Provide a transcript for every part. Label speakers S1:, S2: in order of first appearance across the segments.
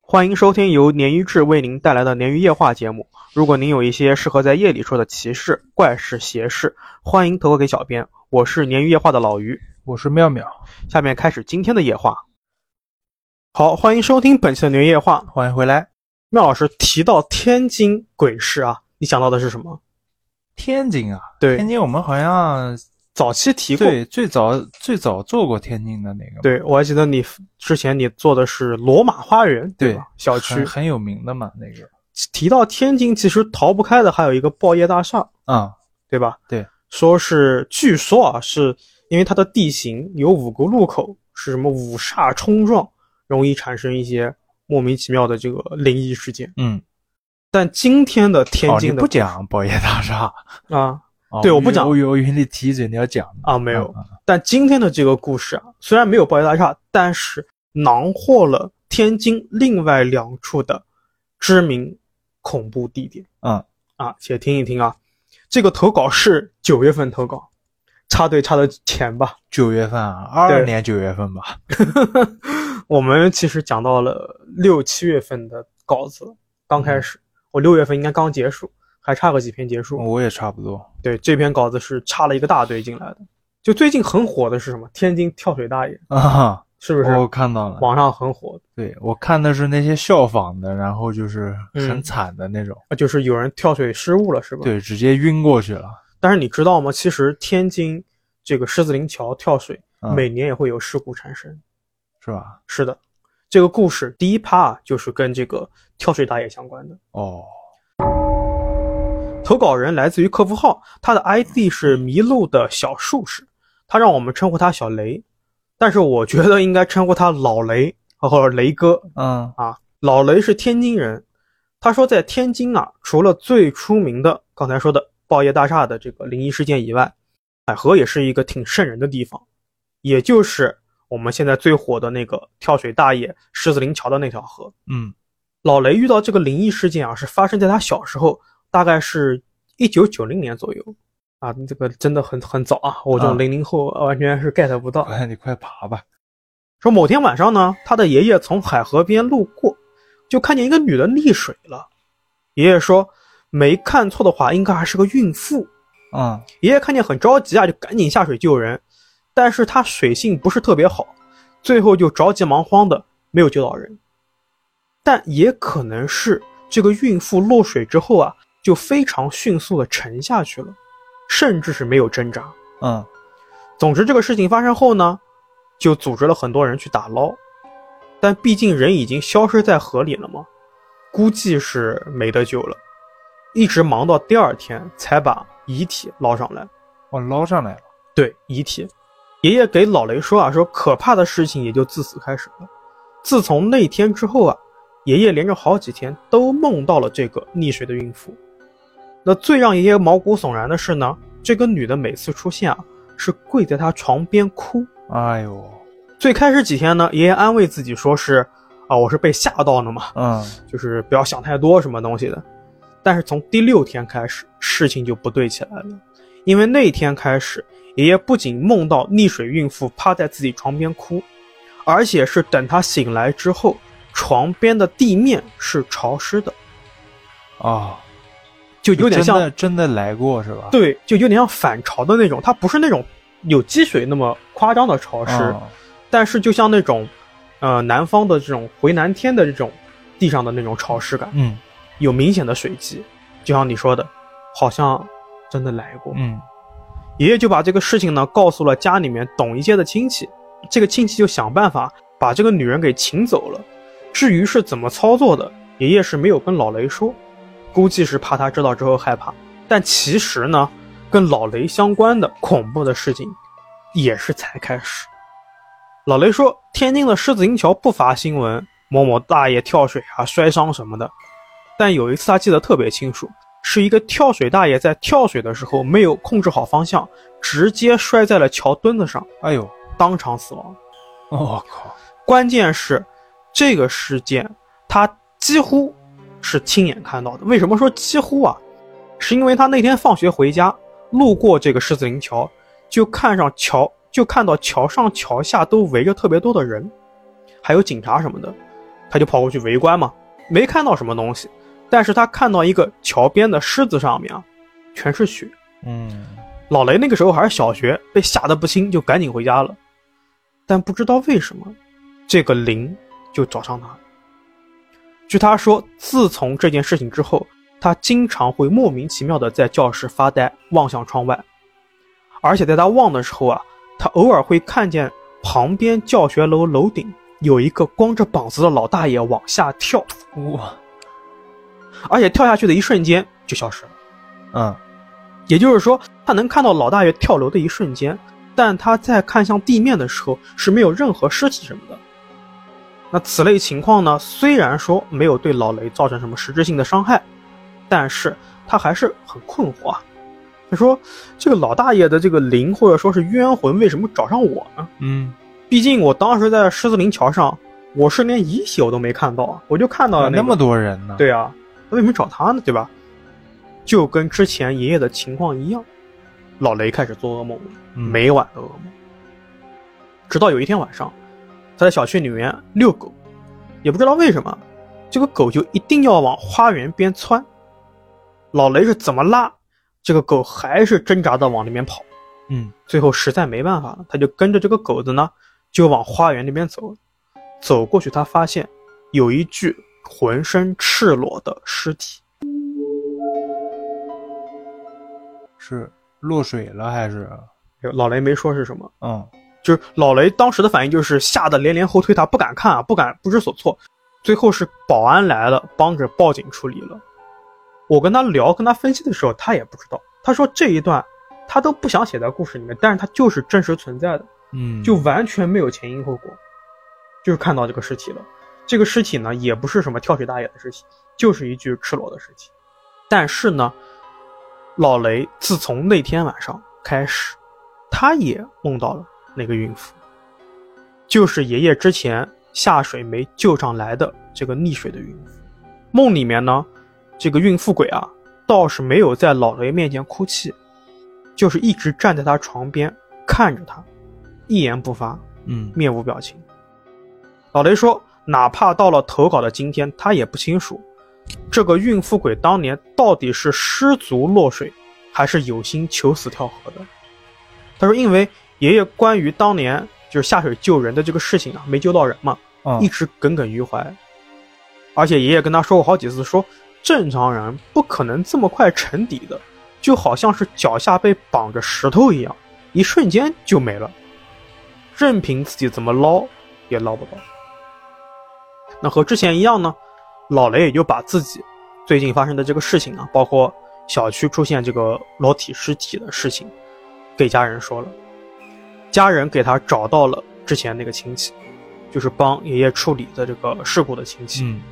S1: 欢迎收听由鲶鱼志为您带来的鲶鱼夜话节目。如果您有一些适合在夜里说的奇事、怪事、邪事，欢迎投稿给小编。我是鲶鱼夜话的老于，
S2: 我是妙妙，
S1: 下面开始今天的夜话。好，欢迎收听本期的鲶鱼夜话。
S2: 欢迎回来。
S1: 妙老师提到天津鬼市啊，你想到的是什么？
S2: 天津啊，
S1: 对
S2: 天，津我们好像
S1: 早期提过。
S2: 对最早最早做过天津的那个，
S1: 对我还记得你之前你做的是罗马花园，
S2: 对
S1: 吧？小区
S2: 很很有名的嘛，那个
S1: 提到天津，其实逃不开的还有一个报业大厦，
S2: 啊，
S1: 对吧？
S2: 对，
S1: 说是据说啊，是因为它的地形有五个路口，是什么五煞冲撞，容易产生一些莫名其妙的这个灵异事件。
S2: 嗯，
S1: 但今天的天
S2: 哦，你
S1: 津的、
S2: 不讲宝业大厦，
S1: 啊
S2: 哦
S1: 对我不讲
S2: 我以为我以为你提嘴你要讲
S1: 啊没有，
S2: 啊啊
S1: 但今天的这个故事啊，虽然没有报业大厦，但是囊获了天津另外两处的知名恐怖地点。
S2: 嗯
S1: 啊，且听一听啊，这个投稿是九月份投稿，插队插的前吧。
S2: 九月份啊，二
S1: 对
S2: 二年九月份吧，
S1: 我们其实讲到了六七月份的稿子，刚
S2: 嗯
S1: 开始，我六月份应该刚结束，还差个几篇结束。
S2: 我也差不多，
S1: 对，这篇稿子是插了一个大队进来的。就最近很火的是什么？天津跳水大爷
S2: 啊，
S1: 是不是？
S2: 我看到了，
S1: 网上很火，
S2: 对我看的是那些效仿的，然后就是
S1: 嗯
S2: 很惨的那种，
S1: 啊就是有人跳水失误了，是吧？。
S2: 对，直接晕过去了，
S1: 但是你知道吗？其实天津这个狮子林桥跳水
S2: 嗯
S1: 每年也会有事故产生。
S2: 是吧？
S1: 是的，这个故事第一趴啊就是跟这个跳水大爷相关的。
S2: 哦，
S1: 投稿人来自于客服号，他的 ID 是迷路的小术士，他让我们称呼他小雷，但是我觉得应该称呼他老雷或者雷哥。
S2: 嗯
S1: 老雷是天津人，他说在天津啊，除了最出名的刚才说的报业大厦的这个灵异事件以外，海河也是一个挺瘆人的地方，也就是我们现在最火的那个跳水大爷狮子林桥的那条河。
S2: 嗯
S1: 老雷遇到这个灵异事件啊，是发生在他小时候，大概是一九九零年左右啊，这个真的很很早啊，我这种
S2: 嗯
S1: 零零后完全是 get 不到。
S2: 哎快，你快爬吧。
S1: 说某天晚上呢，他的爷爷从海河边路过，就看见一个女的溺水了。爷爷说，没看错的话，应该还是个孕妇。
S2: 嗯
S1: 爷爷看见很着急啊，就赶紧下水救人，但是他水性不是特别好，最后就着急忙慌的没有救到人。但也可能是这个孕妇落水之后啊，就非常迅速的沉下去了，甚至是没有挣扎。
S2: 嗯
S1: 总之，这个事情发生后呢，就组织了很多人去打捞，但毕竟人已经消失在河里了嘛，估计是没得救了。一直忙到第二天才把遗体捞上来。
S2: 我捞上来了。
S1: 对，遗体。爷爷给老雷说啊，说可怕的事情也就自此开始了。自从那天之后啊，爷爷连着好几天都梦到了这个溺水的孕妇。那最让爷爷毛骨悚然的是呢，这个女的每次出现啊，是跪在他床边哭。
S2: 哎呦，
S1: 最开始几天呢，爷爷安慰自己说是啊，我是被吓到了嘛，
S2: 嗯
S1: 就是不要想太多什么东西的。但是从第六天开始，事情就不对起来了，因为那一天开始，爷爷不仅梦到溺水孕妇趴在自己床边哭，而且是等他醒来之后，床边的地面是潮湿的，
S2: 哦，
S1: 就有点
S2: 真
S1: 像
S2: 的真的来过是吧？
S1: 对，就有点像反潮的那种，它不是那种有积水那么夸张的潮湿，
S2: 嗯，
S1: 但是就像那种，呃，南方的这种回南天的这种地上的那种潮湿感，
S2: 嗯
S1: 有明显的水迹，就像你说的，好像真的来过。
S2: 嗯
S1: 爷爷就把这个事情呢告诉了家里面懂一些的亲戚，这个亲戚就想办法把这个女人给请走了。至于是怎么操作的，爷爷是没有跟老雷说，估计是怕他知道之后害怕。但其实呢，跟老雷相关的恐怖的事情也是才开始。老雷说，天津的狮子林桥不乏新闻，某某大爷跳水啊、摔伤什么的。但有一次他记得特别清楚，是一个跳水大爷在跳水的时候没有控制好方向，直接摔在了桥墩子上，
S2: 哎呦，
S1: 当场死亡。
S2: 我、靠，
S1: 关键是，这个事件他几乎是亲眼看到的。为什么说几乎啊？是因为他那天放学回家，路过这个狮子林桥，就看上桥，就看到桥上桥下都围着特别多的人，还有警察什么的。他就跑过去围观嘛，没看到什么东西，但是他看到一个桥边的狮子上面啊，全是血。
S2: 嗯，
S1: 老雷那个时候还是小学，被吓得不轻，就赶紧回家了。但不知道为什么，这个灵就找上他了。据他说，自从这件事情之后，他经常会莫名其妙的在教室发呆，望向窗外。而且在他望的时候啊，他偶尔会看见旁边教学楼楼顶有一个光着膀子的老大爷往下跳，
S2: 哇，
S1: 而且跳下去的一瞬间就消失了。
S2: 嗯
S1: 也就是说，他能看到老大爷跳楼的一瞬间，但他在看向地面的时候是没有任何尸体什么的。那此类情况呢，虽然说没有对老雷造成什么实质性的伤害，但是他还是很困惑啊。他说：“这个老大爷的这个灵或者说是冤魂，为什么找上我呢？
S2: 嗯，
S1: 毕竟我当时在狮子林桥上，我是连遗体我都没看到啊，我就看到了、
S2: 那
S1: 那个
S2: 么多人呢？，
S1: 对啊，那为什么找他呢？对吧？就跟之前爷爷的情况一样，老雷开始做噩梦了，
S2: 嗯
S1: 每晚都噩梦。直到有一天晚上，他在小区里面遛狗，也不知道为什么，这个狗就一定要往花园边窜。老雷是怎么拉，这个狗还是挣扎的往那边跑。
S2: 嗯
S1: 最后实在没办法了，他就跟着这个狗子呢，就往花园那边走。走过去，他发现有一具浑身赤裸的尸体，
S2: 是落水了还是？
S1: 老雷没说是什么。
S2: 嗯
S1: 就是老雷当时的反应就是吓得连连后退，他不敢看啊，不敢不知所措。最后是保安来了，帮着报警处理了。我跟他聊、跟他分析的时候，他也不知道。他说这一段他都不想写在故事里面，但是他就是真实存在的。
S2: 嗯，
S1: 就完全没有前因后果，就是看到这个尸体了。这个尸体呢，也不是什么跳水大爷的尸体，就是一具赤裸的尸体。但是呢，老雷自从那天晚上开始，他也梦到了那个孕妇，就是爷爷之前下水没救上来的这个溺水的孕妇。梦里面呢，这个孕妇鬼啊，倒是没有在老雷面前哭泣，就是一直站在他床边看着他，一言不发，
S2: 嗯
S1: 面无表情。老雷说，哪怕到了投稿的今天，他也不清楚这个孕妇鬼当年到底是失足落水，还是有心求死跳河的。他说，因为爷爷关于当年就是下水救人的这个事情啊，没救到人嘛，
S2: 嗯
S1: 一直耿耿于怀。而且爷爷跟他说过好几次说，正常人不可能这么快沉底的，就好像是脚下被绑着石头一样，一瞬间就没了，任凭自己怎么捞也捞不到。那和之前一样呢，老雷也就把自己最近发生的这个事情啊，包括小区出现这个裸体尸体的事情，给家人说了。家人给他找到了之前那个亲戚，就是帮爷爷处理的这个事故的亲戚。
S2: 嗯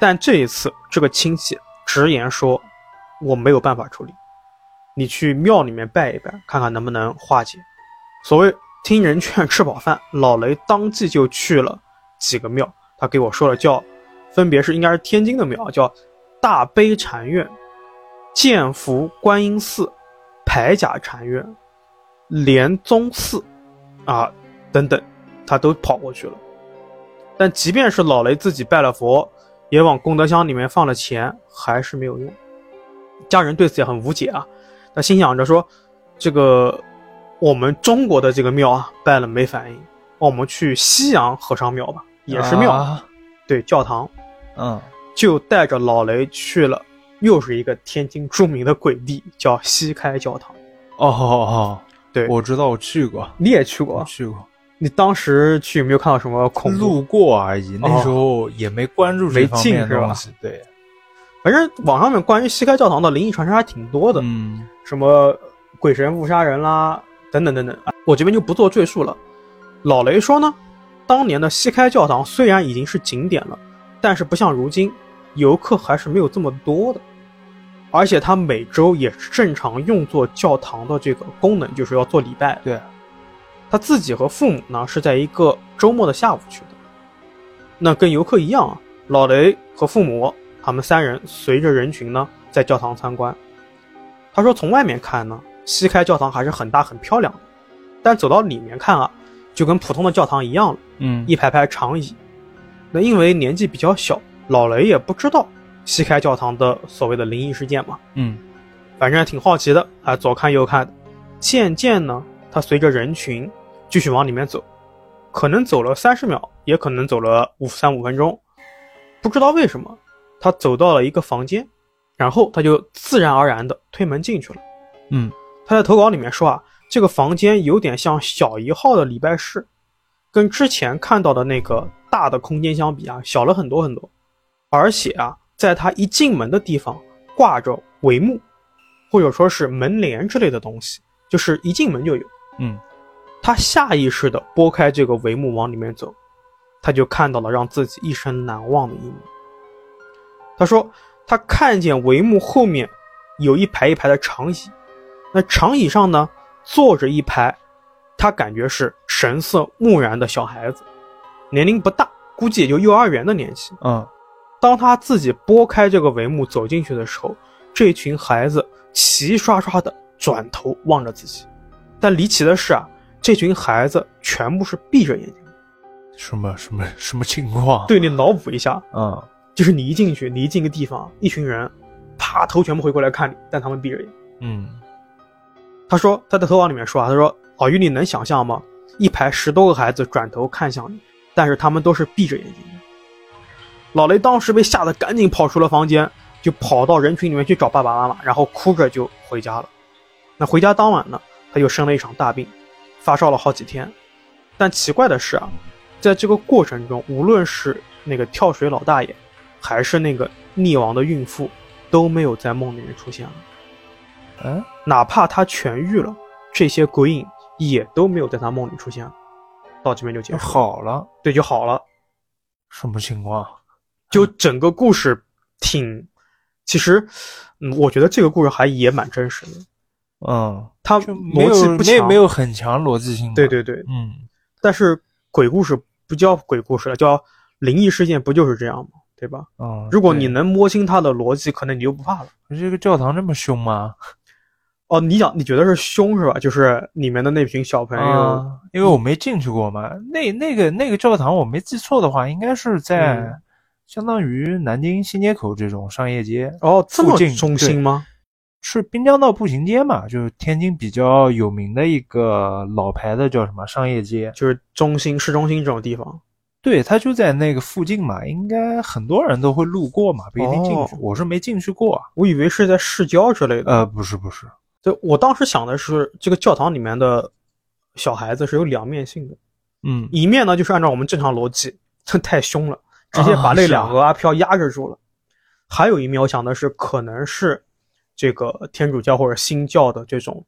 S1: 但这一次，这个亲戚直言说：“我没有办法处理，你去庙里面拜一拜，看看能不能化解。”所谓听人劝，吃饱饭，老雷当即就去了几个庙。他给我说了叫，分别是应该是天津的庙，叫大悲禅院、建福观音寺、排甲禅院、莲宗寺啊等等，他都跑过去了。但即便是老雷自己拜了佛，也往功德箱里面放了钱，还是没有用。家人对此也很无解啊，他心想着说：“这个我们中国的这个庙啊，拜了没反应，我们去西洋和尚庙吧，也是庙，
S2: 啊
S1: 对教堂。”
S2: 嗯
S1: 就带着老雷去了，又是一个天津著名的鬼地，叫西开教堂。
S2: 哦哦哦，
S1: 对
S2: 我知道，我去过，
S1: 你也去
S2: 我
S1: 过？啊
S2: 去过，
S1: 你当时去有没有看到什么恐怖？
S2: 路过而已，那
S1: 哦
S2: 时候也没关注这
S1: 没
S2: 方
S1: 进
S2: 面的
S1: 是吧
S2: 东西，对，
S1: 反正网上面关于西开教堂的灵异传说还挺多的。
S2: 嗯
S1: 什么鬼神误杀人啦，等等等等，啊我这边就不做赘述了。老雷说呢，当年的西开教堂虽然已经是景点了，但是不像如今，游客还是没有这么多的，而且它每周也是正常用作教堂的这个功能，就是要做礼拜。
S2: 对，
S1: 他自己和父母呢是在一个周末的下午去的。那跟游客一样啊，老雷和父母他们三人随着人群呢在教堂参观。他说从外面看呢，西开教堂还是很大很漂亮的，但走到里面看啊，就跟普通的教堂一样了，
S2: 嗯
S1: 一排排长椅，那因为年纪比较小，老雷也不知道西开教堂的所谓的灵异事件嘛，
S2: 嗯
S1: 反正挺好奇的啊，左看右看的。渐渐呢，他随着人群继续往里面走，可能走了三十秒，也可能走了五三五分钟，不知道为什么，他走到了一个房间，然后他就自然而然的推门进去了。
S2: 嗯
S1: 他在投稿里面说啊，这个房间有点像小一号的礼拜室，跟之前看到的那个大的空间相比啊，小了很多很多。而且啊，在他一进门的地方挂着帷幕，或者说是门帘之类的东西，就是一进门就有。
S2: 嗯
S1: 他下意识地拨开这个帷幕往里面走，他就看到了让自己一生难忘的一幕。他说，他看见帷幕后面有一排一排的长椅，那长椅上呢坐着一排，他感觉是神色木然的小孩子，年龄不大，估计也就幼儿园的年纪。
S2: 嗯
S1: 当他自己拨开这个帷幕走进去的时候，这群孩子齐刷刷的转头望着自己。但离奇的是啊，这群孩子全部是闭着眼睛。
S2: 什么什么什么情况？，
S1: 对你脑补一下，
S2: 嗯
S1: 就是你一进去，你一进一个地方，一群人，啪头全部回过来看你，但他们闭着眼。
S2: 嗯
S1: 他说他在投稿里面说啊，他说老于，你能想象吗？一排十多个孩子转头看向你，但是他们都是闭着眼睛的。老雷当时被吓得赶紧跑出了房间，就跑到人群里面去找爸爸妈妈，然后哭着就回家了。那回家当晚呢，他就生了一场大病，发烧了好几天。但奇怪的是啊，在这个过程中，无论是那个跳水老大爷，还是那个溺亡的孕妇，都没有在梦里面出现了。
S2: 嗯
S1: 哪怕他痊愈了，这些鬼影也都没有在他梦里出现。到这边就结束，
S2: 哎好了，
S1: 对就好了。
S2: 什么情况？
S1: 就整个故事挺，其实，嗯，我觉得这个故事还也蛮真实的。
S2: 嗯，
S1: 它
S2: 就没
S1: 逻辑
S2: 有
S1: 不
S2: 没有
S1: 强，
S2: 没有很强逻辑性吧。
S1: 对对对，
S2: 嗯
S1: 但是鬼故事不叫鬼故事了，叫灵异事件，不就是这样吗？对吧？
S2: 嗯，
S1: 如果你
S2: 对
S1: 能摸清它的逻辑，可能你就不怕了。
S2: 这个教堂这么凶吗？
S1: 哦，你想你觉得是凶是吧？就是里面的那群小朋友，
S2: 啊，因为我没进去过嘛。那那个那个教堂，我没记错的话，应该是在
S1: 嗯
S2: 相当于南京新街口这种商业街，
S1: 哦，这么
S2: 附近
S1: 中心吗？
S2: 是滨江道步行街嘛，就是天津比较有名的一个老牌的叫什么商业街。
S1: 就是中心市中心这种地方。
S2: 对，它就在那个附近嘛，应该很多人都会路过嘛，不一定进去。
S1: 哦
S2: 我是没进去过。啊
S1: 我以为是在市郊之类的。
S2: 呃，不是不是，
S1: 对，我当时想的是，这个教堂里面的小孩子是有两面性的，
S2: 嗯
S1: 一面呢就是按照我们正常逻辑， 这太凶了，直接
S2: 啊
S1: 把那
S2: 是啊
S1: 两个阿飘压制住了；还有一面，我想的是可能是这个天主教或者新教的这种，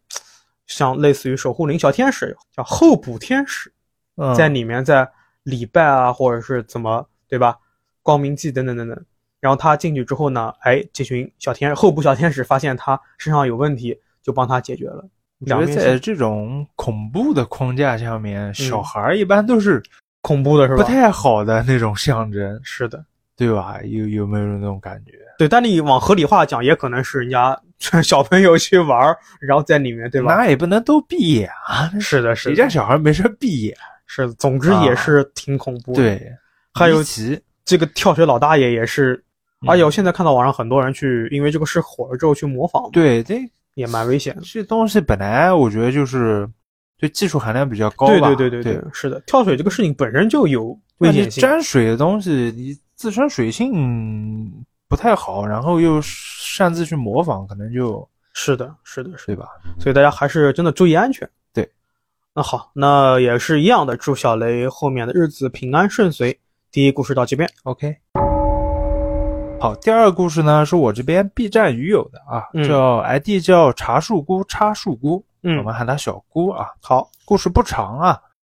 S1: 像类似于守护灵小天使，叫候补天使，
S2: 嗯，
S1: 在里面在礼拜啊，或者是怎么对吧？光明祭等等等等。然后他进去之后呢，哎，这群小天候补小天使发现他身上有问题，就帮他解决了。
S2: 我觉
S1: 两
S2: 得
S1: 面
S2: 在
S1: 性
S2: 这种恐怖的框架下面，小孩儿一般都是
S1: 嗯恐怖的是吧？
S2: 不太好的那种象征。
S1: 是的，
S2: 对吧？有有没有那种感觉？
S1: 对。但你往合理化讲，也可能是人家 小朋友去玩儿，然后在里面对吧？
S2: 那也不能都闭眼啊！
S1: 是的，是
S2: 谁家
S1: 的，
S2: 小孩没事闭眼？
S1: 是的。总之也
S2: 啊
S1: 是挺恐怖的。，
S2: 对，
S1: 还有
S2: 离奇，
S1: 这个跳水老大爷也是，而且
S2: 嗯
S1: 我现在看到网上很多人去，因为这个事火了之后去模仿嘛，
S2: 对这
S1: 也蛮危险的。
S2: 这东西本来我觉得就是对技术含量比较高
S1: 对
S2: 吧，
S1: 对对对
S2: 对，
S1: 是的，跳水这个事情本身就有危
S2: 但是
S1: 险性。
S2: 沾水的东西，你自身水性不太好，然后又擅自去模仿，可能就是
S1: 的，是的，是
S2: 对
S1: 的。
S2: 吧？
S1: 所以大家还是真的注意安全。
S2: 对，
S1: 那好，那也是一样的，祝小雷后面的日子平安顺遂。第一故事到这边，
S2: OK。好，第二个故事呢，是我这边 B 站鱼友的啊，
S1: 嗯
S2: 叫 ID 叫茶树菇叉树菇，我
S1: 嗯，
S2: 们喊他小姑啊。
S1: 好，
S2: 故事不长啊，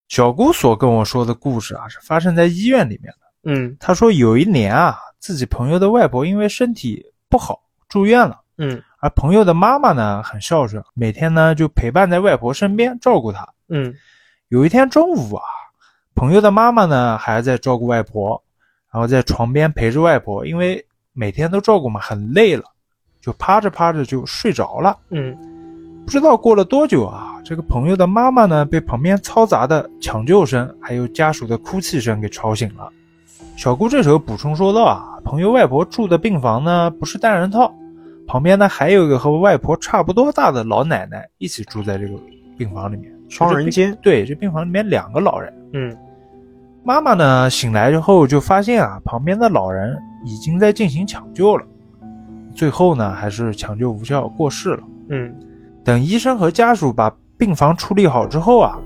S2: 小姑所跟我说的故事啊，是发生在医院里面的。
S1: 嗯
S2: 她说有一年啊，自己朋友的外婆因为身体不好住院了，
S1: 嗯
S2: 而朋友的妈妈呢很孝顺，每天呢就陪伴在外婆身边照顾她。
S1: 嗯
S2: 有一天中午啊，朋友的妈妈呢还在照顾外婆，然后在床边陪着外婆，因为每天都照顾嘛，很累了，就趴着趴着就睡着了。
S1: 嗯，
S2: 不知道过了多久啊，这个朋友的妈妈呢被旁边嘈杂的抢救声还有家属的哭泣声给吵醒了。小姑这时候补充说道啊，朋友外婆住的病房呢不是单人套，旁边呢还有一个和外婆差不多大的老奶奶一起住在这个病房里面，
S1: 双人间。
S2: 对，这病房里面两个老人。
S1: 嗯，
S2: 妈妈呢醒来之后就发现啊，旁边的老人已经在进行抢救了，最后呢还是抢救无效过世了。
S1: 嗯，
S2: 等医生和家属把病房处理好之后啊，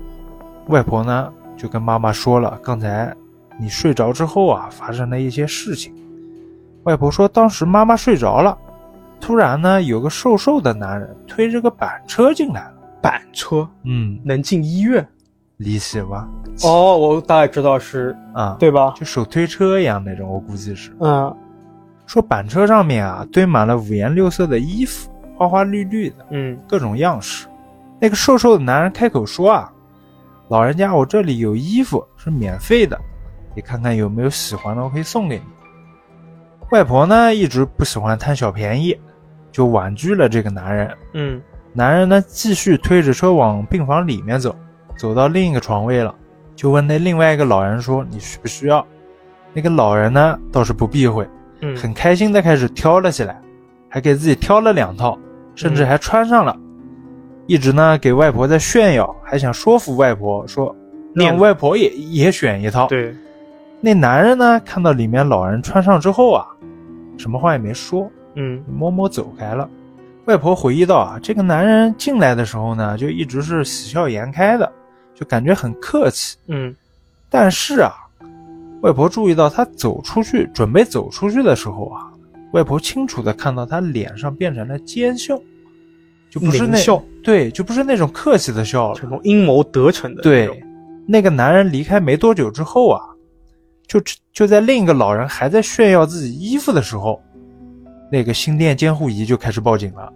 S2: 外婆呢就跟妈妈说了，刚才你睡着之后啊发生了一些事情。外婆说，当时妈妈睡着了，突然呢有个瘦瘦的男人推着个板车进来了。
S1: 板车
S2: 嗯，
S1: 能进医院？
S2: 离奇吧？
S1: 哦，我大概知道是
S2: 啊、
S1: 对吧？
S2: 就手推车一样那种，我估计是。
S1: 嗯
S2: 说板车上面啊堆满了五颜六色的衣服，花花绿绿的
S1: 嗯
S2: 各种样式。那个瘦瘦的男人开口说啊：“老人家，我这里有衣服是免费的，你看看有没有喜欢的，我可以送给你。”外婆呢一直不喜欢贪小便宜，就婉拒了这个男人。
S1: 嗯
S2: 男人呢继续推着车往病房里面走，走到另一个床位了，就问那另外一个老人说：“你需不需要？”那个老人呢倒是不避讳。
S1: 嗯，
S2: 很开心的开始挑了起来，还给自己挑了两
S1: 嗯
S2: 套，甚至还穿上了。一直呢给外婆在炫耀，还想说服外婆说让
S1: 念
S2: 外婆也也选一套。
S1: 对，
S2: 那男人呢看到里面老人穿上之后啊，什么话也没说，
S1: 嗯
S2: 默默走开了。外婆回忆到啊，这个男人进来的时候呢，就一直是喜笑颜开的，就感觉很客气。
S1: 嗯
S2: 但是啊，外婆注意到他走出去，准备走出去的时候啊，外婆清楚的看到他脸上变成了奸笑，就不是那
S1: 狞笑，
S2: 对，就不是那种客气的笑了
S1: 这。种阴谋得逞的那种
S2: 对，那个男人离开没多久之后啊，就就在另一个老人还在炫耀自己衣服的时候，那个心电监护仪就开始报警了。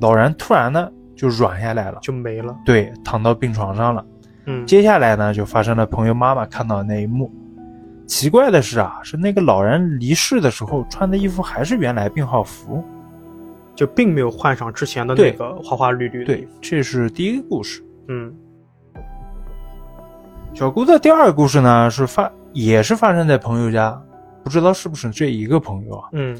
S2: 老人突然呢就软下来了，
S1: 就没了。
S2: 对，躺到病床上了。
S1: 嗯，
S2: 接下来呢，就发生了朋友妈妈看到的那一幕。奇怪的是啊，是那个老人离世的时候穿的衣服还是原来病号服。
S1: 就并没有换上之前的那
S2: 对
S1: 个花花绿绿的衣
S2: 对
S1: 服。，
S2: 这是第一个故事。
S1: 嗯
S2: 小姑的第二个故事呢，是发也是发生在朋友家，不知道是不是这一个朋友啊，
S1: 嗯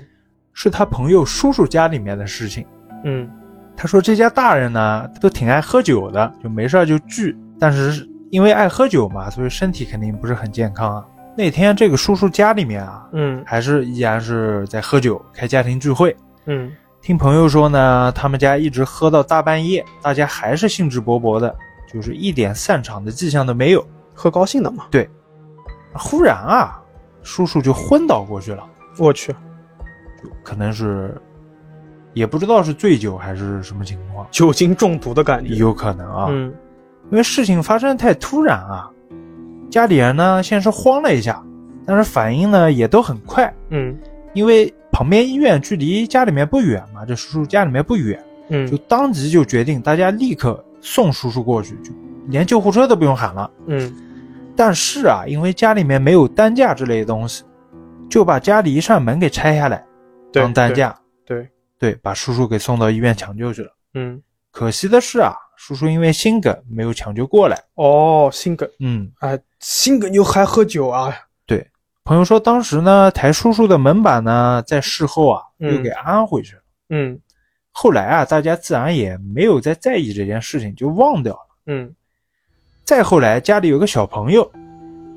S2: 是他朋友叔叔家里面的事情。
S1: 嗯
S2: 他说这家大人呢都挺爱喝酒的，就没事儿就聚，但是因为爱喝酒嘛，所以身体肯定不是很健康啊。那天这个叔叔家里面啊，
S1: 嗯
S2: 还是依然是在喝酒，开家庭聚会。
S1: 嗯
S2: 听朋友说呢，他们家一直喝到大半夜，大家还是兴致勃勃的，就是一点散场的迹象都没有。
S1: 喝高兴了嘛？
S2: 忽然啊，叔叔就昏倒过去了，
S1: 我去，
S2: 就可能是也不知道是醉酒还是什么情况，
S1: 酒精中毒的感觉。
S2: 有可能啊，
S1: 嗯
S2: 因为事情发生得太突然啊，家里人呢先是慌了一下，但是反应呢也都很快，
S1: 嗯
S2: 因为旁边医院距离家里面不远嘛，这叔叔家里面不远，
S1: 嗯
S2: 就当即就决定大家立刻送叔叔过去，就连救护车都不用喊了。
S1: 嗯
S2: 但是啊，因为家里面没有担架之类的东西，就把家里一扇门给拆下来
S1: 对
S2: 当担架，
S1: 对对
S2: 对，把叔叔给送到医院抢救去了。
S1: 嗯
S2: 可惜的是啊，叔叔因为心梗没有抢救过来。
S1: 哦，心梗
S2: 嗯，
S1: 哎，心梗又还喝酒啊？
S2: 朋友说当时呢，抬叔叔的门板呢，在事后啊
S1: 嗯
S2: 又给安回去了。
S1: 嗯
S2: 后来啊，大家自然也没有再在意这件事情，就忘掉了。
S1: 嗯
S2: 再后来，家里有个小朋友，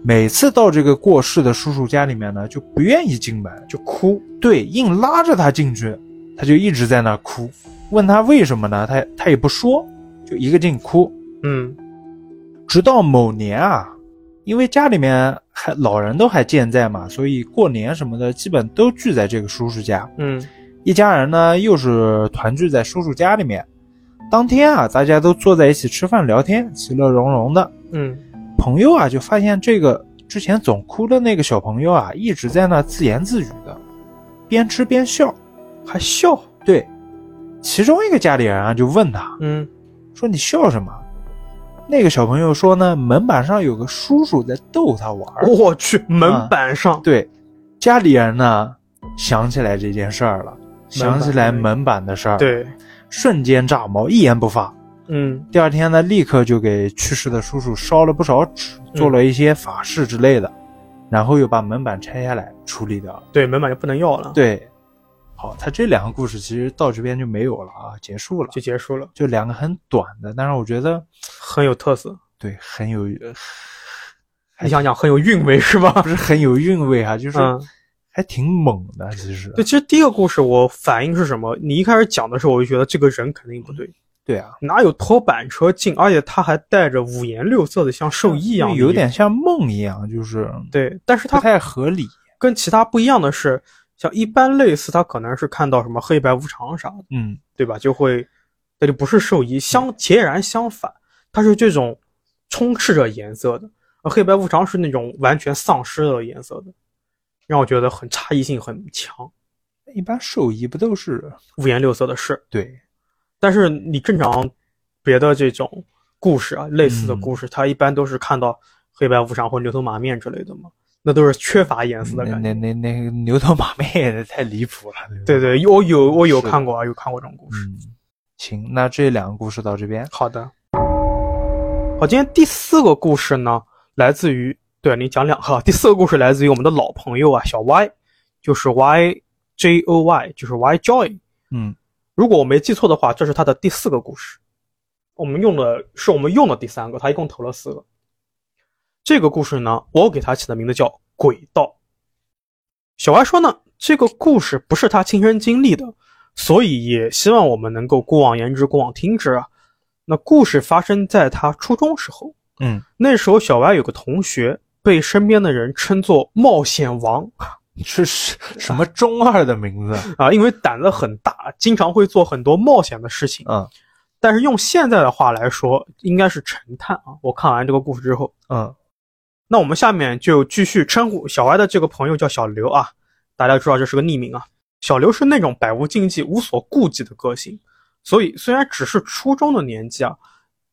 S2: 每次到这个过世的叔叔家里面呢，就不愿意进门，
S1: 就哭。
S2: 对，硬拉着他进去，他就一直在那儿哭。问他为什么呢？他他也不说，就一个劲哭。
S1: 嗯
S2: 直到某年啊，因为家里面还老人都还健在嘛，所以过年什么的基本都聚在这个叔叔家。
S1: 嗯
S2: 一家人呢又是团聚在叔叔家里面。当天啊，大家都坐在一起吃饭聊天，其乐融融的。
S1: 嗯
S2: 朋友啊就发现这个之前总哭的那个小朋友啊，一直在那自言自语的，边吃边笑。
S1: 还笑。
S2: 对，其中一个家里人啊就问他
S1: 嗯
S2: 说：“你笑什么？”那个小朋友说呢，门板上有个叔叔在逗他玩儿。
S1: 我去，门板上。
S2: 对，家里人呢想起来这件事儿了，想起来门板的事儿，，
S1: 啊对，
S2: 瞬间炸毛，一言不发。
S1: 嗯
S2: 第二天
S1: 嗯
S2: 呢，立刻就给去世的叔叔烧了不少纸，做了一些法事之类的。然后又把门板拆下来处理掉了。
S1: 对，门板就不能要了，，
S2: 对，好，它这两个故事其实到这边就没有了啊，结束了，
S1: 就结束了，
S2: 就两个很短的，但是我觉得
S1: 很有特色。
S2: 对 很有
S1: 你想想，很有韵味是吧
S2: 不？是很有韵味啊，就是
S1: 嗯，
S2: 还挺猛的，其实
S1: 对，其实第一个故事我反应是什么？你一开始讲的时候，我就觉得这个人肯定不对，
S2: 对啊，
S1: 哪有拖板车进？而且他还带着五颜六色的，像兽医一样的衣服，
S2: 嗯有点像梦一样，就是
S1: 对。但是
S2: 不
S1: 他
S2: 太合理。
S1: 跟其他不一样的是，像一般类似，他可能是看到什么黑白无常啥的，
S2: 嗯，
S1: 对吧？就会，那就不是兽医，相截然相反，它是这种充斥着颜色的，而黑白无常是那种完全丧失了颜色的，让我觉得很差异性很强，
S2: 一般兽医不都是
S1: 五颜六色的是。
S2: 对
S1: 但是你正常别的这种故事啊，类似的故事，它一般都是看到黑白无常或牛头马面之类的嘛，那都是缺乏颜色的
S2: 那
S1: 感觉。
S2: 那那那个牛头马面也太离谱了。
S1: 对，对，我有我有
S2: 是的
S1: 看过啊，有看过这种故事。
S2: 嗯，行，那这两个故事到这边，
S1: 好的，好，今天第四个故事呢，来自于对你讲两个，第四个故事来自于我们的老朋友啊，小 Y，就是 Y J O Y，就是 Y Joy。
S2: 嗯，
S1: 如果我没记错的话，这是他的第四个故事。我们用的是我们用的第三个，他一共投了四个。这个故事呢，我给他起的名字叫《轨道》。小 Y 说呢，这个故事不是他亲身经历的，所以也希望我们能够过往言之，过往听之啊。那故事发生在他初中时候，
S2: 嗯，
S1: 那时候小 Y 有个同学被身边的人称作冒险王
S2: 这是什么中二的名字？
S1: 啊，因为胆子很大，经常会做很多冒险的事情。
S2: 嗯
S1: 但是用现在的话来说，应该是神探啊。我看完这个故事之后，
S2: 嗯
S1: 那我们下面就继续称呼小歪的这个朋友叫小刘啊，大家知道这是个匿名啊。小刘是那种百无禁忌、无所顾忌的个性，所以虽然只是初中的年纪啊，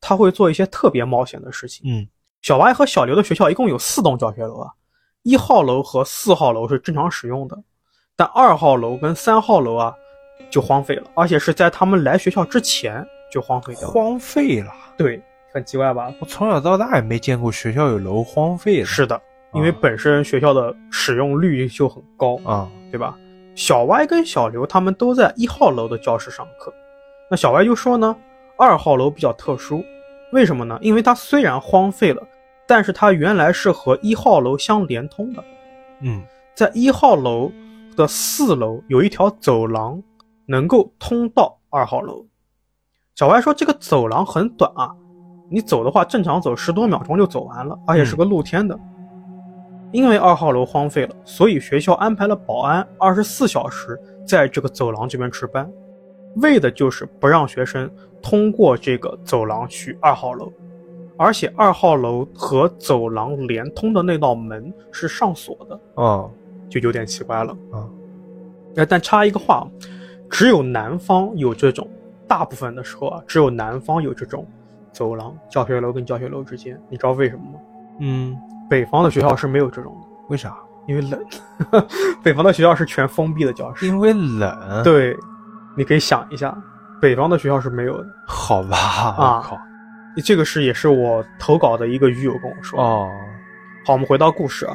S1: 他会做一些特别冒险的事情。
S2: 嗯
S1: 小歪和小刘的学校一共有四栋教学楼啊，一号楼和四号楼是正常使用的，但二号楼跟三号楼啊就荒废了，而且是在他们来学校之前就荒废掉了。
S2: 荒废了。
S1: 对，很奇怪吧？
S2: 我从小到大也没见过学校有楼荒废的。
S1: 是的，因为本身学校的使用率就很高，
S2: 啊，
S1: 对吧？小歪跟小刘他们都在一号楼的教室上课，那小歪就说呢，二号楼比较特殊，为什么呢？因为它虽然荒废了，但是它原来是和一号楼相连通的，
S2: 嗯
S1: 在一号楼的四楼有一条走廊，能够通到二号楼。小歪说这个走廊很短啊，你走的话正常走十多秒钟就走完了，而且是个露天的。因为二号楼荒废了，所以学校安排了保安二十四小时在这个走廊这边值班，为的就是不让学生通过这个走廊去二号楼。而且二号楼和走廊连通的那道门是上锁的，
S2: 哦，
S1: 就有点奇怪了
S2: 啊。
S1: 呃，但插一个话，只有南方有这种，大部分的时候啊，只有南方有这种走廊，教学楼跟教学楼之间，你知道为什么吗？
S2: 嗯，
S1: 北方的学校是没有这种的，
S2: 为啥？
S1: 因为冷。 北方的学校是全封闭的教室。
S2: 因为冷。，
S1: 对，你可以想一下，北方的学校是没有的。
S2: 好吧，
S1: 啊
S2: 我靠，
S1: 这个是也是我投稿的一个鱼友跟我说的。
S2: 哦，
S1: 好，我们回到故事啊。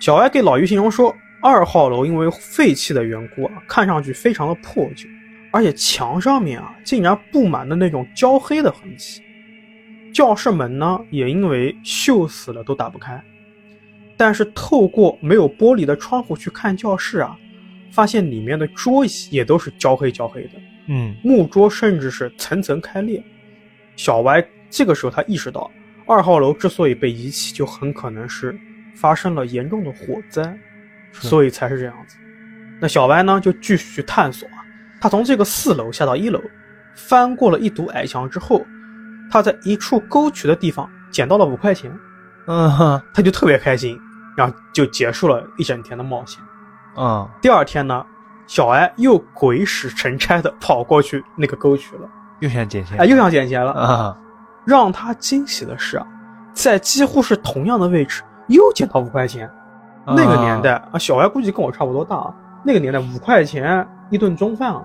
S1: 小歪给老于形容说，二号楼因为废弃的缘故啊，看上去非常的破旧，而且墙上面啊竟然布满了那种焦黑的痕迹。教室门呢也因为锈死了都打不开，但是透过没有玻璃的窗户去看教室啊，发现里面的桌椅也都是焦黑焦黑的，
S2: 嗯
S1: 木桌甚至是层层开裂。小歪这个时候他意识到，二号楼之所以被遗弃，就很可能是发生了严重的火灾，
S2: 是
S1: 所以才是这样子。那小歪呢，就继续探索啊。他从这个四楼下到一楼，翻过了一堵矮墙之后，他在一处沟渠的地方捡到了五块钱，
S2: 嗯哼
S1: 他就特别开心，然后就结束了一整天的冒险。
S2: 嗯，
S1: 第二天呢，小歪又鬼使神差的跑过去那个沟渠了。
S2: 又想捡钱。
S1: 哎，又想捡钱了。
S2: 啊，
S1: 让他惊喜的是啊，在几乎是同样的位置又捡到五块钱。那个年代啊，小歪估计跟我差不多大啊。那个年代五块钱一顿中饭啊，
S2: 啊，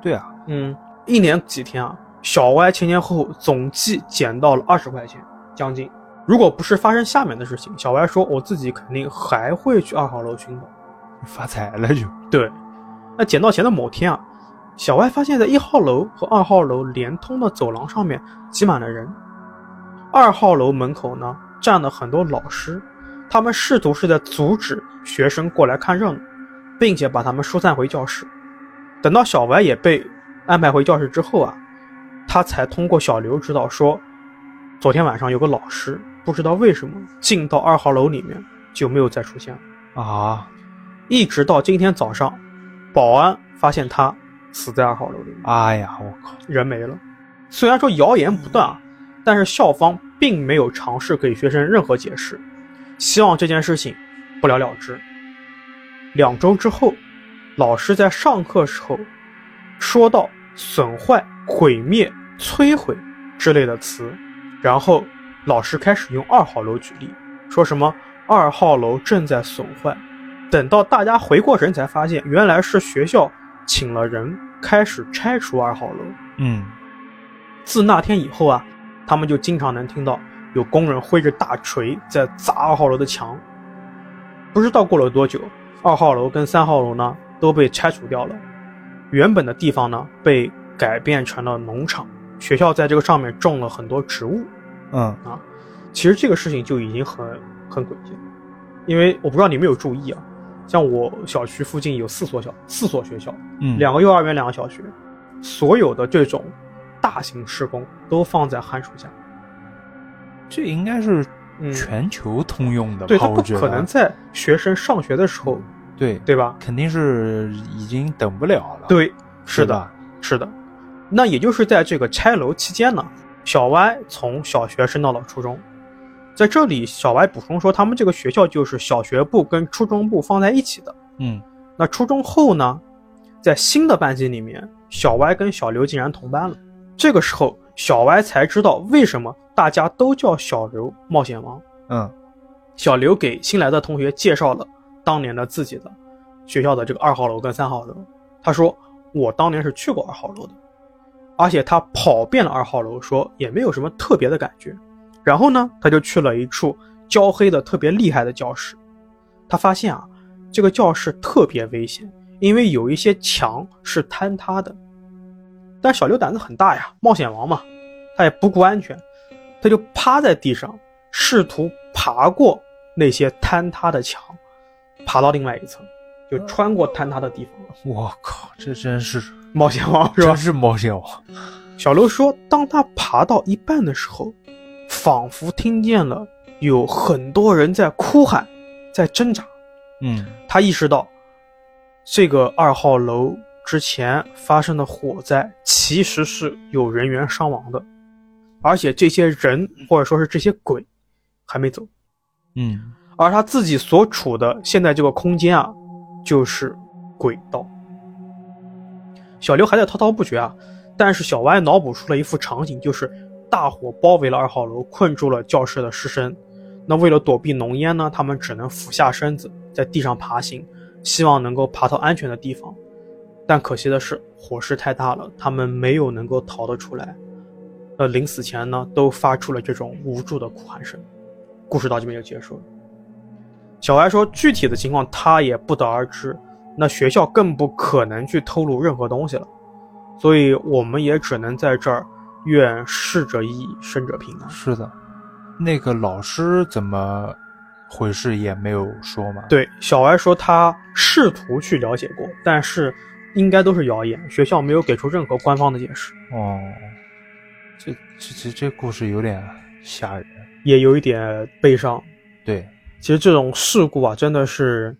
S2: 对啊，
S1: 嗯，一年几天啊？小歪前前后后总计捡到了二十块钱，将近如果不是发生下面的事情，小白说我自己肯定还会去二号楼寻宝。
S2: 发财了就。
S1: 对，那捡到钱的某天啊，小歪发现，在一号楼和二号楼连通的走廊上面挤满了人。二号楼门口呢，站了很多老师，他们试图是在阻止学生过来看热闹，并且把他们疏散回教室。等到小歪也被安排回教室之后啊，他才通过小刘知道说，昨天晚上有个老师不知道为什么进到二号楼里面就没有再出现了。
S2: 啊
S1: 一直到今天早上，保安发现他死在二号楼里，
S2: 哎呀，我靠！
S1: 人没了。虽然说谣言不断啊，但是校方并没有尝试给学生任何解释，希望这件事情不了了之。两周之后，老师在上课时候说到“损坏”“毁灭”“摧毁”之类的词，然后老师开始用二号楼举例，说什么二号楼正在损坏。等到大家回过神，才发现原来是学校请了人开始拆除二号楼。
S2: 嗯，
S1: 自那天以后啊，他们就经常能听到有工人挥着大锤在砸二号楼的墙。不知道过了多久，二号楼跟三号楼呢都被拆除掉了，原本的地方呢被改变成了农场。学校在这个上面种了很多植物。
S2: 嗯，
S1: 其实这个事情就已经很很诡异了，因为我不知道你有没有注意啊，像我小区附近有四所小四所学校，
S2: 嗯，
S1: 两个幼儿园，两个小学，所有的这种大型施工都放在寒暑假，
S2: 这应该是
S1: 嗯，
S2: 全球通用的吧？
S1: 对他
S2: 我
S1: 不
S2: 觉
S1: 可能
S2: 得，啊
S1: 在学生上学的时候，
S2: 对，
S1: 对吧？
S2: 肯定是已经等不了了。，
S1: 对，
S2: 是
S1: 是的，
S2: 吧，
S1: 是的。那也就是在这个拆楼期间呢，小歪从小学升到了初中。在这里，小歪补充说，他们这个学校就是小学部跟初中部放在一起的。
S2: 嗯，
S1: 那初中后呢，在新的班级里面，小歪跟小刘竟然同班了。这个时候，小歪才知道为什么大家都叫小刘冒险王。
S2: 嗯，
S1: 小刘给新来的同学介绍了当年的自己的学校的这个二号楼跟三号楼。他说：“我当年是去过二号楼的，而且他跑遍了二号楼，说也没有什么特别的感觉。”然后呢，他就去了一处焦黑的特别厉害的教室。他发现啊，这个教室特别危险，因为有一些墙是坍塌的。但小刘胆子很大呀，冒险王嘛，他也不顾安全，他就趴在地上，试图爬过那些坍塌的墙，爬到另外一层，就穿过坍塌的地方。
S2: 我靠，这真是
S1: 冒险王是吧
S2: 真？是冒险王。
S1: 小刘说，当他爬到一半的时候，仿佛听见了有很多人在哭喊，在挣扎。
S2: 嗯，
S1: 他意识到，这个二号楼之前发生的火灾其实是有人员伤亡的，而且这些人或者说是这些鬼还没走。
S2: 嗯，
S1: 而他自己所处的现在这个空间啊，就是轨道。小刘还在滔滔不绝啊，但是小歪脑补出了一幅场景，就是大火包围了二号楼，困住了教室的师生。那为了躲避浓烟呢，他们只能俯下身子在地上爬行，希望能够爬到安全的地方。但可惜的是，火势太大了，他们没有能够逃得出来。呃，临死前呢，都发出了这种无助的哭喊声。故事到这边就结束了。小白说，具体的情况他也不得而知，那学校更不可能去透露任何东西了，所以我们也只能在这儿愿逝者已矣，生者平安。
S2: 是的，那个老师怎么回事也没有说嘛。，
S1: 对，小白说他试图去了解过，但是应该都是谣言，学校没有给出任何官方的解释，
S2: 哦，这这这这故事有点吓人。
S1: 也有一点悲伤。
S2: 对，
S1: 其实这种事故啊，真的是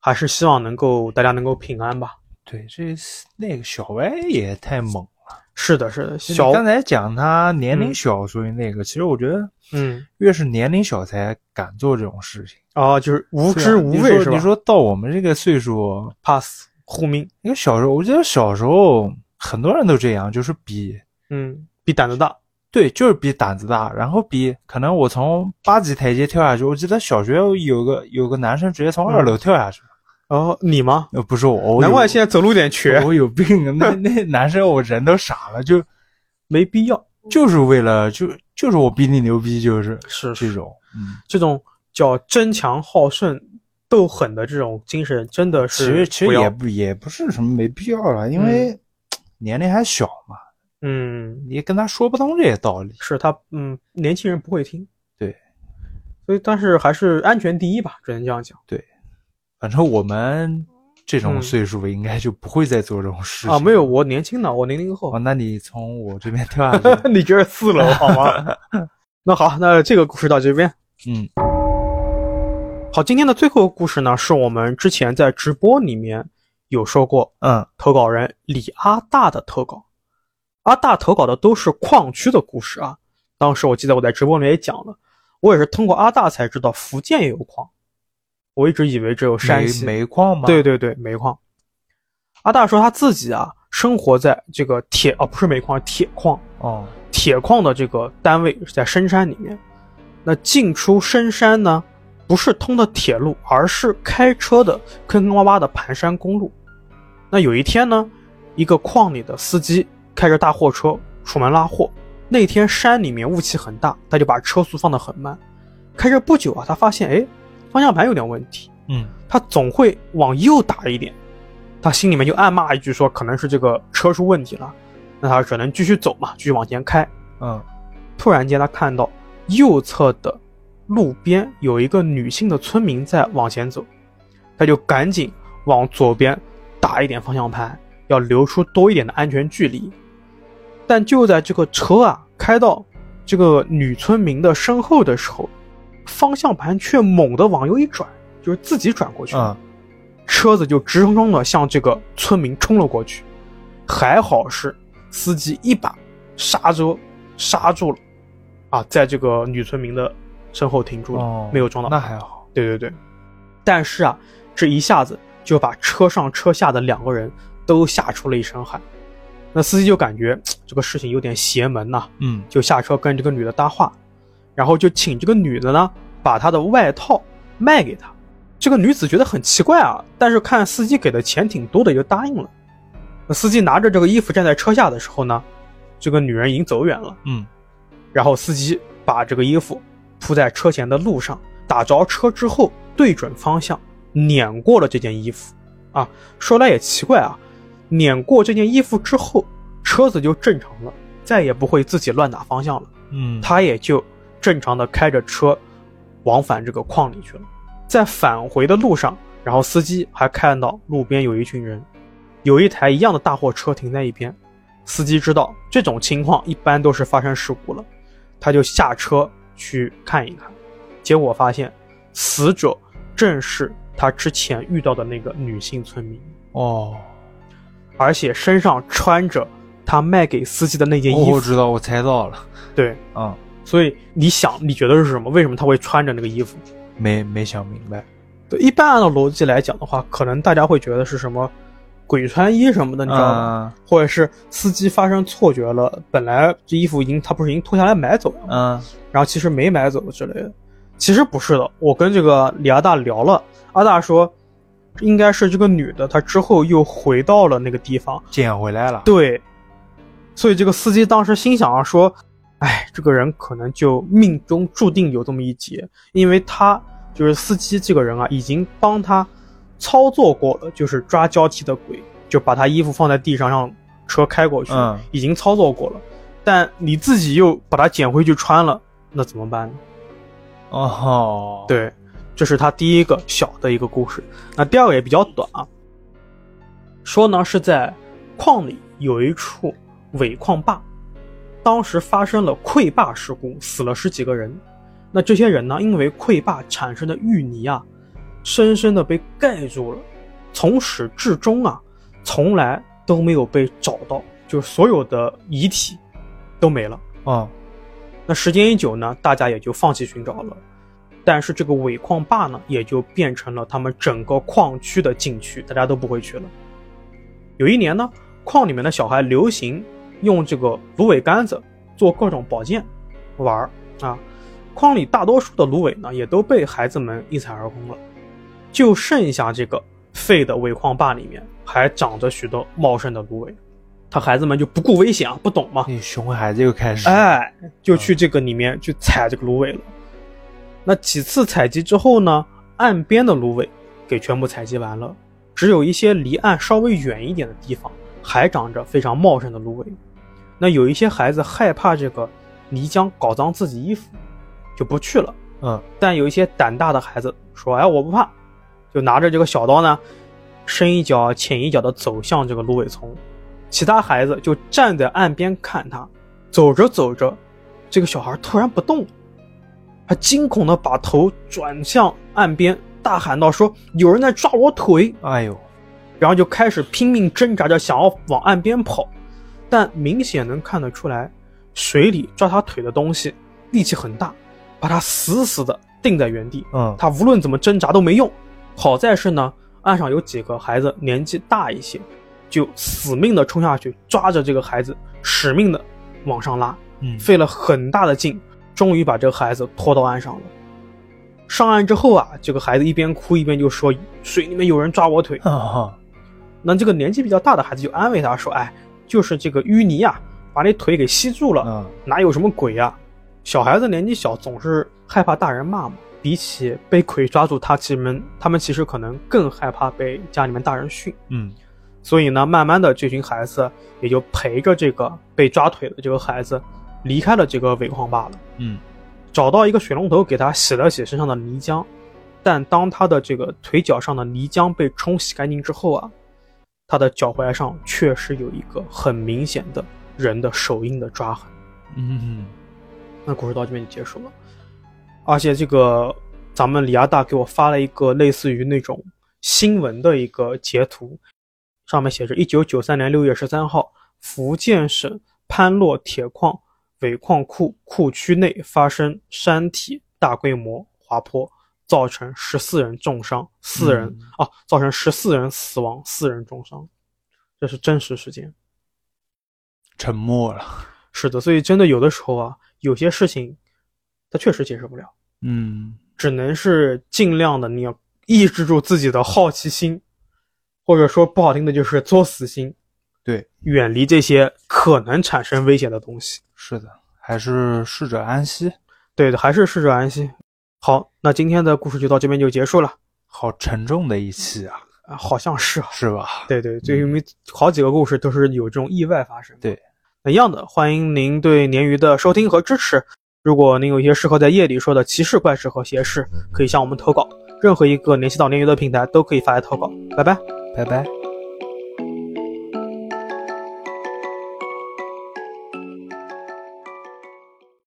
S1: 还是希望能够大家能够平安吧。
S2: 对，这那个小歪也太猛了。
S1: 是的，是的，
S2: 就
S1: 小
S2: 你刚才讲他年龄
S1: 嗯
S2: 小，所以那个，其实我觉得
S1: 嗯
S2: 越是年龄小才敢做这种事情，
S1: 啊，就是无
S2: 对
S1: 知
S2: 啊
S1: 无
S2: 你
S1: 畏
S2: 说
S1: 是吧？
S2: 你说到我们这个岁数，
S1: pass 护命，
S2: 因为小时候，我觉得小时候很多人都这样，就是比
S1: 嗯，比胆子大。
S2: 对，就是比胆子大，然后比可能我从八级台阶跳下去，我记得小学有个有个男生直接从二楼跳下去了，
S1: 哦，你吗？
S2: 呃，不是我，我有
S1: 嗯难怪现在走路有点瘸，
S2: 啊我有病，那那男生我人都傻了，就
S1: 没必要。
S2: 就是为了就就是我比你牛逼，就是
S1: 是
S2: 这种，嗯，
S1: 这种叫争强好胜、斗狠的这种精神，真的
S2: 其
S1: 是
S2: 实其
S1: 不
S2: 实
S1: 要
S2: 也不也不是什么没必要了，因为年龄还小嘛，
S1: 嗯，
S2: 你跟他说不通这些道理。
S1: 是他嗯，年轻人不会听，
S2: 对，
S1: 所以但是还是安全第一吧，只能这样讲
S2: 反正我们这种
S1: 嗯
S2: 岁数应该就不会再做这种事情
S1: 啊。没有，我年轻呢，我零零后，
S2: 哦，，那你从我这边跳下去
S1: 你觉得四楼好吗？ 那好，那这个故事到这边。
S2: 嗯
S1: 好，今天的最后一个故事呢，是我们之前在直播里面有说过，
S2: 嗯
S1: 投稿人李阿大的投稿。阿大投稿的都是矿区的故事啊。当时我记得我在直播里面也讲了，我也是通过阿大才知道福建也有矿，我一直以为只有山西。
S2: 煤煤矿吗？
S1: 对，对对，煤矿。阿大说他自己啊，生活在这个铁啊，不是煤矿，是铁矿。
S2: 哦，
S1: 铁矿的这个单位是在深山里面。那进出深山呢，不是通的铁路，而是开车的坑坑洼洼的盘山公路。那有一天呢，一个矿里的司机开着大货车出门拉货。那天山里面雾气很大，他就把车速放得很慢。开着不久啊，他发现哎，方向盘有点问题，
S2: 嗯
S1: 他总会往右打一点，他心里面就暗骂一句说可能是这个车出问题了，那他只能继续走嘛，继续往前开。
S2: 嗯
S1: 突然间他看到右侧的路边有一个女性的村民在往前走，他就赶紧往左边打一点方向盘，要留出多一点的安全距离。但就在这个车啊开到这个女村民的身后的时候，方向盘却猛地往右一转，就是自己转过去了。
S2: 嗯，
S1: 车子就直冲冲的向这个村民冲了过去。还好是司机一把刹车刹住了，啊，在这个女村民的身后停住了，
S2: 哦，
S1: 没有撞到。
S2: 那还好，
S1: 对对对，但是啊，这一下子就把车上车下的两个人都吓出了一身汗。那司机就感觉这个事情有点邪门呐、
S2: 嗯
S1: 就下车跟这个女的搭话，然后就请这个女的呢把她的外套卖给她。这个女子觉得很奇怪啊，但是看司机给的钱挺多的，就答应了。那司机拿着这个衣服站在车下的时候呢，这个女人已经走远了。
S2: 嗯
S1: 然后司机把这个衣服铺在车前的路上，打着车之后对准方向碾啊过了这件衣服。啊，说来也奇怪啊，碾过这件衣服之后，车子就正常了，再也不会自己乱打方向了。
S2: 嗯，
S1: 他也就正常的开着车往返这个矿里去了。在返回的路上，然后司机还看到路边有一群人，有一台一样的大货车停在一边。司机知道这种情况一般都是发生事故了，他就下车去看一看，结果发现死者正是他之前遇到的那个女性村民，
S2: 哦，
S1: 而且身上穿着他卖给司机的那件衣
S2: 哦我
S1: 服。
S2: 我知道，我猜到了，
S1: 对，
S2: 嗯，
S1: 所以你想，你觉得是什么？为什么他会穿着那个衣服？
S2: 没没想明白，
S1: 对，一般按照逻辑来讲的话，可能大家会觉得是什么鬼穿衣什么的，你知道吗？
S2: 嗯
S1: 或者是司机发生错觉了，本来这衣服已经他不是已经脱下来买走了吗，
S2: 嗯
S1: 然后其实没买走之类的。其实不是的，我跟这个李阿大聊了，阿大说，应该是这个女的，她之后又回到了那个地方，
S2: 捡回来了，
S1: 对，所以这个司机当时心想啊，说，哎，这个人可能就命中注定有这么一劫，因为他就是司机这个人啊，已经帮他操作过了，就是抓交替的鬼，就把他衣服放在地上让车开过去，
S2: 嗯
S1: 已经操作过了，但你自己又把它捡回去穿了，那怎么办呢？
S2: 哦，，
S1: 对，这是他第一个小的一个故事。那第二个也比较短啊，说呢是在矿里有一处伪矿坝，当时发生了溃坝事故，死了十几个人。那这些人呢，因为溃坝产生的淤泥啊，深深的被盖住了，从始至终啊，从来都没有被找到，就是所有的遗体都没了。
S2: 哦，
S1: 那时间一久呢，大家也就放弃寻找了。但是这个伪矿坝呢，也就变成了他们整个矿区的禁区，大家都不会去了。有一年呢，矿里面的小孩流行用这个芦苇杆子做各种保健玩儿啊。矿里大多数的芦苇呢，也都被孩子们一踩而空了，就剩下这个废的伪矿坝里面还长着许多茂盛的芦苇。他孩子们就不顾危险啊，不懂嘛，
S2: 那熊孩子又开始，，
S1: 哎，就去这个里面去采这个芦苇了。那几次采集之后呢，岸边的芦苇给全部采集完了，只有一些离岸稍微远一点的地方还长着非常茂盛的芦苇。那有一些孩子害怕这个泥浆搞脏自己衣服，就不去了。
S2: 嗯，
S1: 但有一些胆大的孩子说：“哎，我不怕。”就拿着这个小刀呢，深一脚浅一脚的走向这个芦苇丛。其他孩子就站在岸边看他。走着走着，这个小孩突然不动了，他惊恐的把头转向岸边，大喊道说：“有人在抓我腿！”
S2: 哎呦，
S1: 然后就开始拼命挣扎着想要往岸边跑，但明显能看得出来，水里抓他腿的东西力气很大，把他死死的定在原地。
S2: 嗯，
S1: 他无论怎么挣扎都没用。好在是呢，岸上有几个孩子年纪大一些，就死命的冲下去，抓着这个孩子，使命的往上拉，
S2: 嗯，
S1: 费了很大的劲，终于把这个孩子拖到岸上了。上岸之后啊，这个孩子一边哭一边就说：“水里面有人抓我腿。”
S2: 啊，
S1: 那这个年纪比较大的孩子就安慰他说：“哎，就是这个淤泥啊，把你腿给吸住了，
S2: 嗯，
S1: 哪有什么鬼啊？小孩子年纪小，总是害怕大人骂嘛。比起被鬼抓住，他其实们他们其实可能更害怕被家里面大人训。
S2: 嗯，
S1: 所以呢，慢慢的这群孩子也就陪着这个被抓腿的这个孩子离开了这个尾矿坝了。
S2: 嗯，
S1: 找到一个水龙头给他洗了洗身上的泥浆，但当他的这个腿脚上的泥浆被冲洗干净之后啊，他的脚踝上确实有一个很明显的人的手印的抓痕。
S2: 嗯，
S1: 那故事到这边就结束了。而且这个咱们李亚大给我发了一个类似于那种新闻的一个截图，上面写着：一九九三年六月十三号，福建省潘洛铁矿尾矿库库区内发生山体大规模滑坡，造成十四人重伤，四人、啊，造成十四人死亡，四人重伤，这是真实事件。
S2: 沉默了，
S1: 是的，所以真的有的时候啊，有些事情他确实解释不了，
S2: 嗯，
S1: 只能是尽量的你要抑制住自己的好奇心，或者说不好听的就是作死心，
S2: 对，
S1: 远离这些可能产生危险的东西。
S2: 是的，还是逝者安息，
S1: 对的，还是试着安心。好，那今天的故事就到这边就结束了，
S2: 好沉重的一期啊，
S1: 啊，好像是啊，
S2: 是吧？
S1: 对对，就因为好几个故事都是有这种意外发生。
S2: 对，
S1: 那一样的，欢迎您对鲶鱼的收听和支持。如果您有一些适合在夜里说的奇事、怪事和邪事，可以向我们投稿，任何一个联系到鲶鱼的平台都可以发来投稿。拜拜。
S2: 拜拜。